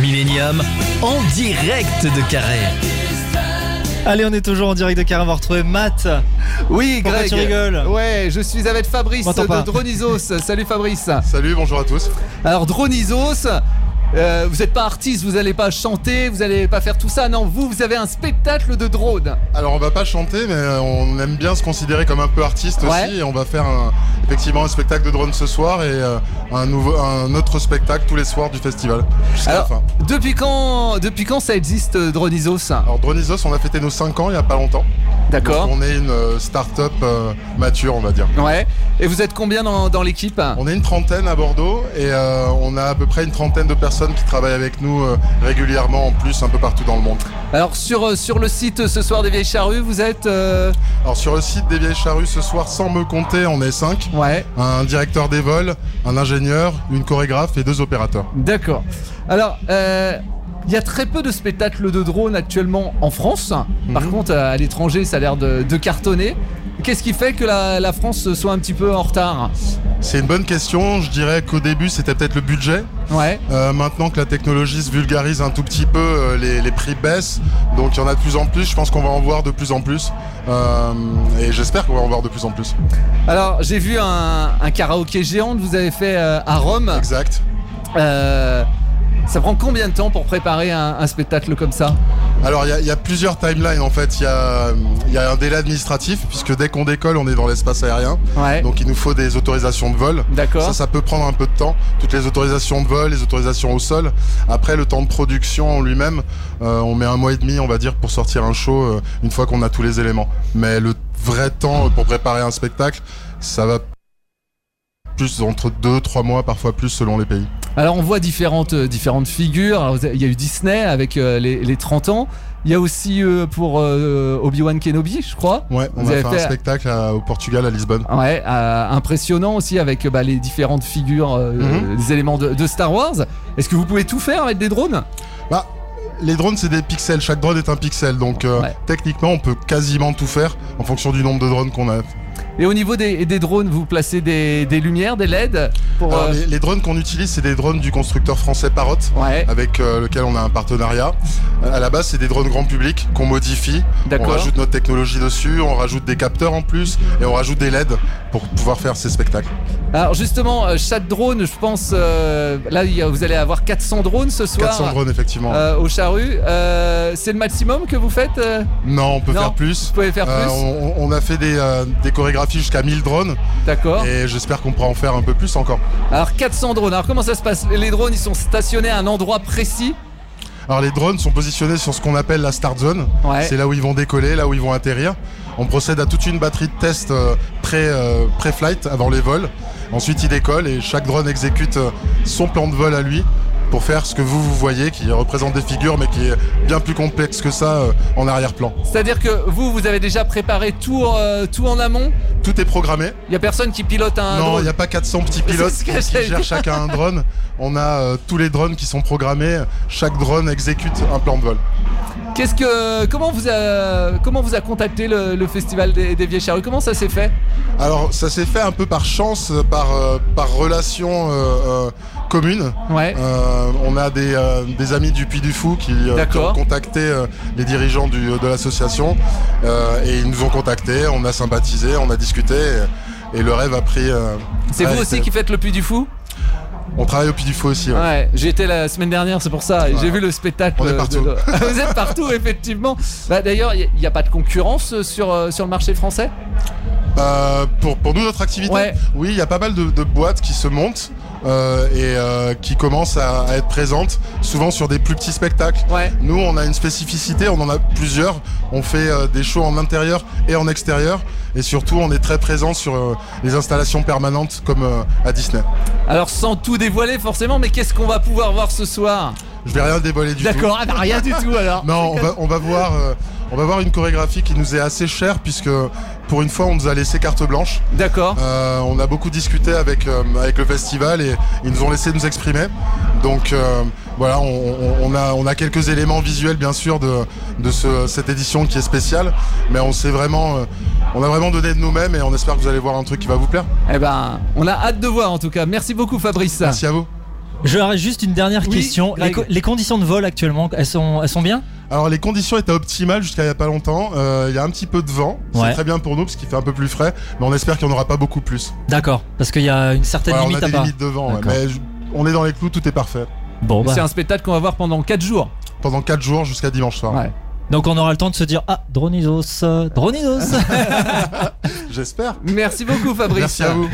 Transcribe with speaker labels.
Speaker 1: Millennium en direct de Carré. Allez, on est toujours en direct de Carré, on va retrouver Matt.
Speaker 2: Oui,
Speaker 1: Pourquoi
Speaker 2: Greg.
Speaker 1: tu rigoles
Speaker 2: Ouais, je suis avec Fabrice
Speaker 1: M'entends pas.
Speaker 2: de Dronisos. Salut Fabrice.
Speaker 3: Salut, bonjour à tous.
Speaker 2: Alors Dronisos, euh, vous n'êtes pas artiste, vous n'allez pas chanter, vous n'allez pas faire tout ça. Non, vous, vous avez un spectacle de drone.
Speaker 3: Alors on va pas chanter, mais euh, on aime bien se considérer comme un peu artiste
Speaker 2: Ouais.
Speaker 3: aussi. Et on va faire un- effectivement un spectacle de drone ce soir et euh, un, nouveau, un autre spectacle tous les soirs du festival. Jusqu'à la
Speaker 2: Alors,
Speaker 3: fin.
Speaker 2: depuis quand, depuis quand ça existe euh, Dronisos
Speaker 3: Alors Dronisos, on a fêté nos 5 ans il y a pas longtemps. Donc,
Speaker 2: D'accord.
Speaker 3: on est une euh, start-up euh, mature, on va dire.
Speaker 2: Ouais. Et vous êtes combien dans, dans l'équipe
Speaker 3: On est une trentaine à Bordeaux et euh, on a à peu près une trentaine de personnes qui travaillent avec nous euh, régulièrement en plus un peu partout dans le monde.
Speaker 2: Alors sur, euh, sur le site euh, ce soir des Vieilles Charrues, vous êtes euh,
Speaker 3: Alors sur le site des Vieilles Charrues ce soir, sans me compter, on est 5.
Speaker 2: ouais.
Speaker 3: un directeur des vols, un ingénieur, une chorégraphe et deux opérateurs.
Speaker 2: D'accord. Alors, euh, il y a très peu de spectacles de drones actuellement en France. Par
Speaker 3: Mhm.
Speaker 2: contre, à l'étranger, ça a l'air de, de cartonner. Qu'est-ce qui fait que la, la France soit un petit peu en retard
Speaker 3: C'est une bonne question, je dirais qu'au début c'était peut-être le budget.
Speaker 2: Ouais.
Speaker 3: Euh, maintenant que la technologie se vulgarise un tout petit peu, euh, les, les prix baissent, donc il y en a de plus en plus, je pense qu'on va en voir de plus en plus, Euh, et j'espère qu'on va en voir de plus en plus.
Speaker 2: Alors, j'ai vu un, un karaoké géant que vous avez fait euh, à Rome.
Speaker 3: Exact.
Speaker 2: Euh, ça prend combien de temps pour préparer un, un spectacle comme ça
Speaker 3: Alors il y a- il y, a plusieurs timelines en fait, il y a, il y a un délai administratif, puisque dès qu'on décolle on est dans l'espace aérien,
Speaker 2: Ouais.
Speaker 3: donc il nous faut des autorisations de vol. Ça,
Speaker 2: D'accord.
Speaker 3: ça peut prendre un peu de temps. Toutes les autorisations de vol, les autorisations au sol. Après, le temps de production en lui-même, euh, on met un mois et demi, on va dire, pour sortir un show euh, une fois qu'on a tous les éléments. Mais le vrai temps euh, pour préparer un spectacle, ça va plus entre deux, trois mois, parfois plus selon les pays.
Speaker 2: Alors, on voit différentes, euh, différentes figures. Alors, vous avez- Il y a eu Disney avec euh, les, les 30 ans. Il y a aussi euh, pour euh, Obi-Wan Kenobi, je crois.
Speaker 3: Ouais, on
Speaker 2: Vous
Speaker 3: va
Speaker 2: avez
Speaker 3: faire
Speaker 2: fait-
Speaker 3: un spectacle à- au Portugal, à Lisbonne.
Speaker 2: Ouais, euh, impressionnant aussi avec euh, bah, les différentes figures, euh,
Speaker 3: Mhm.
Speaker 2: les éléments de, de Star Wars. Est-ce que vous pouvez tout faire avec des drones
Speaker 3: Bah, les drones, c'est des pixels. Chaque drone est un pixel. Donc, euh,
Speaker 2: Ouais.
Speaker 3: techniquement, on peut quasiment tout faire en fonction du nombre de drones qu'on a.
Speaker 2: Et au niveau des, des drones, vous placez des, des lumières, des LED pour.
Speaker 3: Alors,
Speaker 2: euh,
Speaker 3: les, les drones qu'on utilise, c'est des drones du constructeur français Parrot.
Speaker 2: Ouais,
Speaker 3: avec euh, lequel on a un partenariat. Euh, À la base, c'est des drones grand public qu'on modifie. On
Speaker 2: d'accord.
Speaker 3: rajoute notre technologie dessus, on rajoute des capteurs en plus et on rajoute des LED pour pouvoir faire ces spectacles.
Speaker 2: Alors justement, euh, chaque drone, je pense, euh, là il y a- vous allez avoir 400 drones ce soir
Speaker 3: 400 drones, effectivement.
Speaker 2: euh, au Charru. Euh, C'est le maximum que vous faites euh, Vous
Speaker 3: non, on peut
Speaker 2: non.
Speaker 3: faire plus.
Speaker 2: pouvez faire
Speaker 3: Euh,
Speaker 2: plus
Speaker 3: on, on a fait des, euh, des chorégraphies jusqu'à 1000 drones
Speaker 2: D'accord.
Speaker 3: et j'espère qu'on pourra en faire un peu plus encore.
Speaker 2: Alors 400 drones. Alors comment ça se passe Les drones, ils sont stationnés à un endroit précis
Speaker 3: Alors les drones sont positionnés sur ce qu'on appelle la start zone.
Speaker 2: Ouais.
Speaker 3: C'est là où ils vont décoller, là où ils vont atterrir. On procède à toute une batterie de tests euh, pré, euh, pré-flight avant les vols. Ensuite, ils décollent et chaque drone exécute euh, son plan de vol à lui pour faire ce que vous, vous voyez, qui représente des figures, mais qui est bien plus complexe que ça euh, en arrière-plan.
Speaker 2: C'est-à-dire que vous, vous avez déjà préparé tout, euh, tout en amont.
Speaker 3: Tout est programmé.
Speaker 2: Il y a personne qui pilote un
Speaker 3: non, il
Speaker 2: drone.
Speaker 3: n'y a pas 400 petits pilotes
Speaker 2: C'est ce que
Speaker 3: qui
Speaker 2: j'allais
Speaker 3: gèrent
Speaker 2: dire.
Speaker 3: chacun un drone. On a euh, tous les drones qui sont programmés. Chaque drone exécute un plan de vol.
Speaker 2: Qu'est-ce que, comment vous a, comment vous a contacté le, le festival des, des Vieilles Charrues Comment ça s'est fait
Speaker 3: Alors ça s'est fait un peu par chance, euh, par, euh, par relation euh, euh, commune.
Speaker 2: Ouais.
Speaker 3: Euh, on a des, euh, des amis du Puy du Fou qui, euh, qui
Speaker 2: D'accord.
Speaker 3: ont contacté euh, les dirigeants du- de l'association euh, et ils nous ont contactés, on a sympathisé, on a discuté et, et le rêve a pris... euh,
Speaker 2: C'est
Speaker 3: ouais,
Speaker 2: vous aussi
Speaker 3: c'est-
Speaker 2: qui faites le Puy du Fou
Speaker 3: On travaille au Puy du Fou aussi. hein. ouais.
Speaker 2: Ouais, j'y étais la semaine dernière, c'est pour ça. et J'ai
Speaker 3: Voilà.
Speaker 2: vu le spectacle.
Speaker 3: On est
Speaker 2: de-
Speaker 3: partout.
Speaker 2: de- vous êtes partout, effectivement. Bah, D'ailleurs, il n'y a, pas de concurrence euh, sur, euh, sur le marché français
Speaker 3: Euh, pour, pour nous, notre activité,
Speaker 2: Ouais.
Speaker 3: oui, il y a pas mal de, de boîtes qui se montent euh, et euh, qui commencent à- à être présentes, souvent sur des plus petits spectacles.
Speaker 2: Ouais.
Speaker 3: Nous, on a une spécificité, on en a plusieurs. On fait euh, des shows en intérieur et en extérieur. Et surtout, on est très présent sur euh, les installations permanentes comme euh, à Disney.
Speaker 2: Alors, sans tout dévoiler, forcément, mais qu'est-ce qu'on va pouvoir voir ce soir
Speaker 3: Je vais rien dévoiler du tout.
Speaker 2: D'accord, ah bah, rien du tout alors.
Speaker 3: Non, on va, on va voir. euh, on va voir une chorégraphie qui nous est assez chère puisque pour une fois on nous a laissé carte blanche.
Speaker 2: D'accord.
Speaker 3: Euh, on a beaucoup discuté avec, euh, avec le festival et ils nous ont laissé nous exprimer. Donc euh, voilà, on, on- on a, on a quelques éléments visuels bien sûr de, de ce- cette édition qui est spéciale, mais on s'est vraiment, euh, on a vraiment donné de nous-mêmes et on espère que vous allez voir un truc qui va vous plaire.
Speaker 2: Eh ben, on a hâte de voir en tout cas. Merci beaucoup, Fabrice.
Speaker 3: Merci à vous.
Speaker 1: J'aurais juste une dernière
Speaker 2: Oui,
Speaker 1: question. Les,
Speaker 2: Greg.
Speaker 1: co- les conditions de vol actuellement, elles sont, elles sont bien
Speaker 3: Alors les conditions étaient optimales jusqu'à il y a pas longtemps. Euh, il y a un petit peu de vent, c'est
Speaker 1: Ouais.
Speaker 3: très bien pour nous parce qu'il fait un peu plus frais, mais on espère qu'il n'y en aura pas beaucoup plus.
Speaker 1: D'accord, parce qu'il y a une certaine
Speaker 3: Ouais,
Speaker 1: limite
Speaker 3: on a
Speaker 1: à
Speaker 3: des
Speaker 1: pas.
Speaker 3: limites de vent, ouais,
Speaker 2: D'accord.
Speaker 3: mais je- on est dans les clous, tout est parfait.
Speaker 1: Bon, bah.
Speaker 2: C'est un spectacle qu'on va voir pendant 4 jours.
Speaker 3: Pendant 4 jours jusqu'à dimanche soir.
Speaker 2: Ouais.
Speaker 1: Donc on aura le temps de se dire Ah, Dronisos, euh, Dronisos
Speaker 3: J'espère.
Speaker 2: Merci beaucoup Fabrice.
Speaker 3: Merci à vous.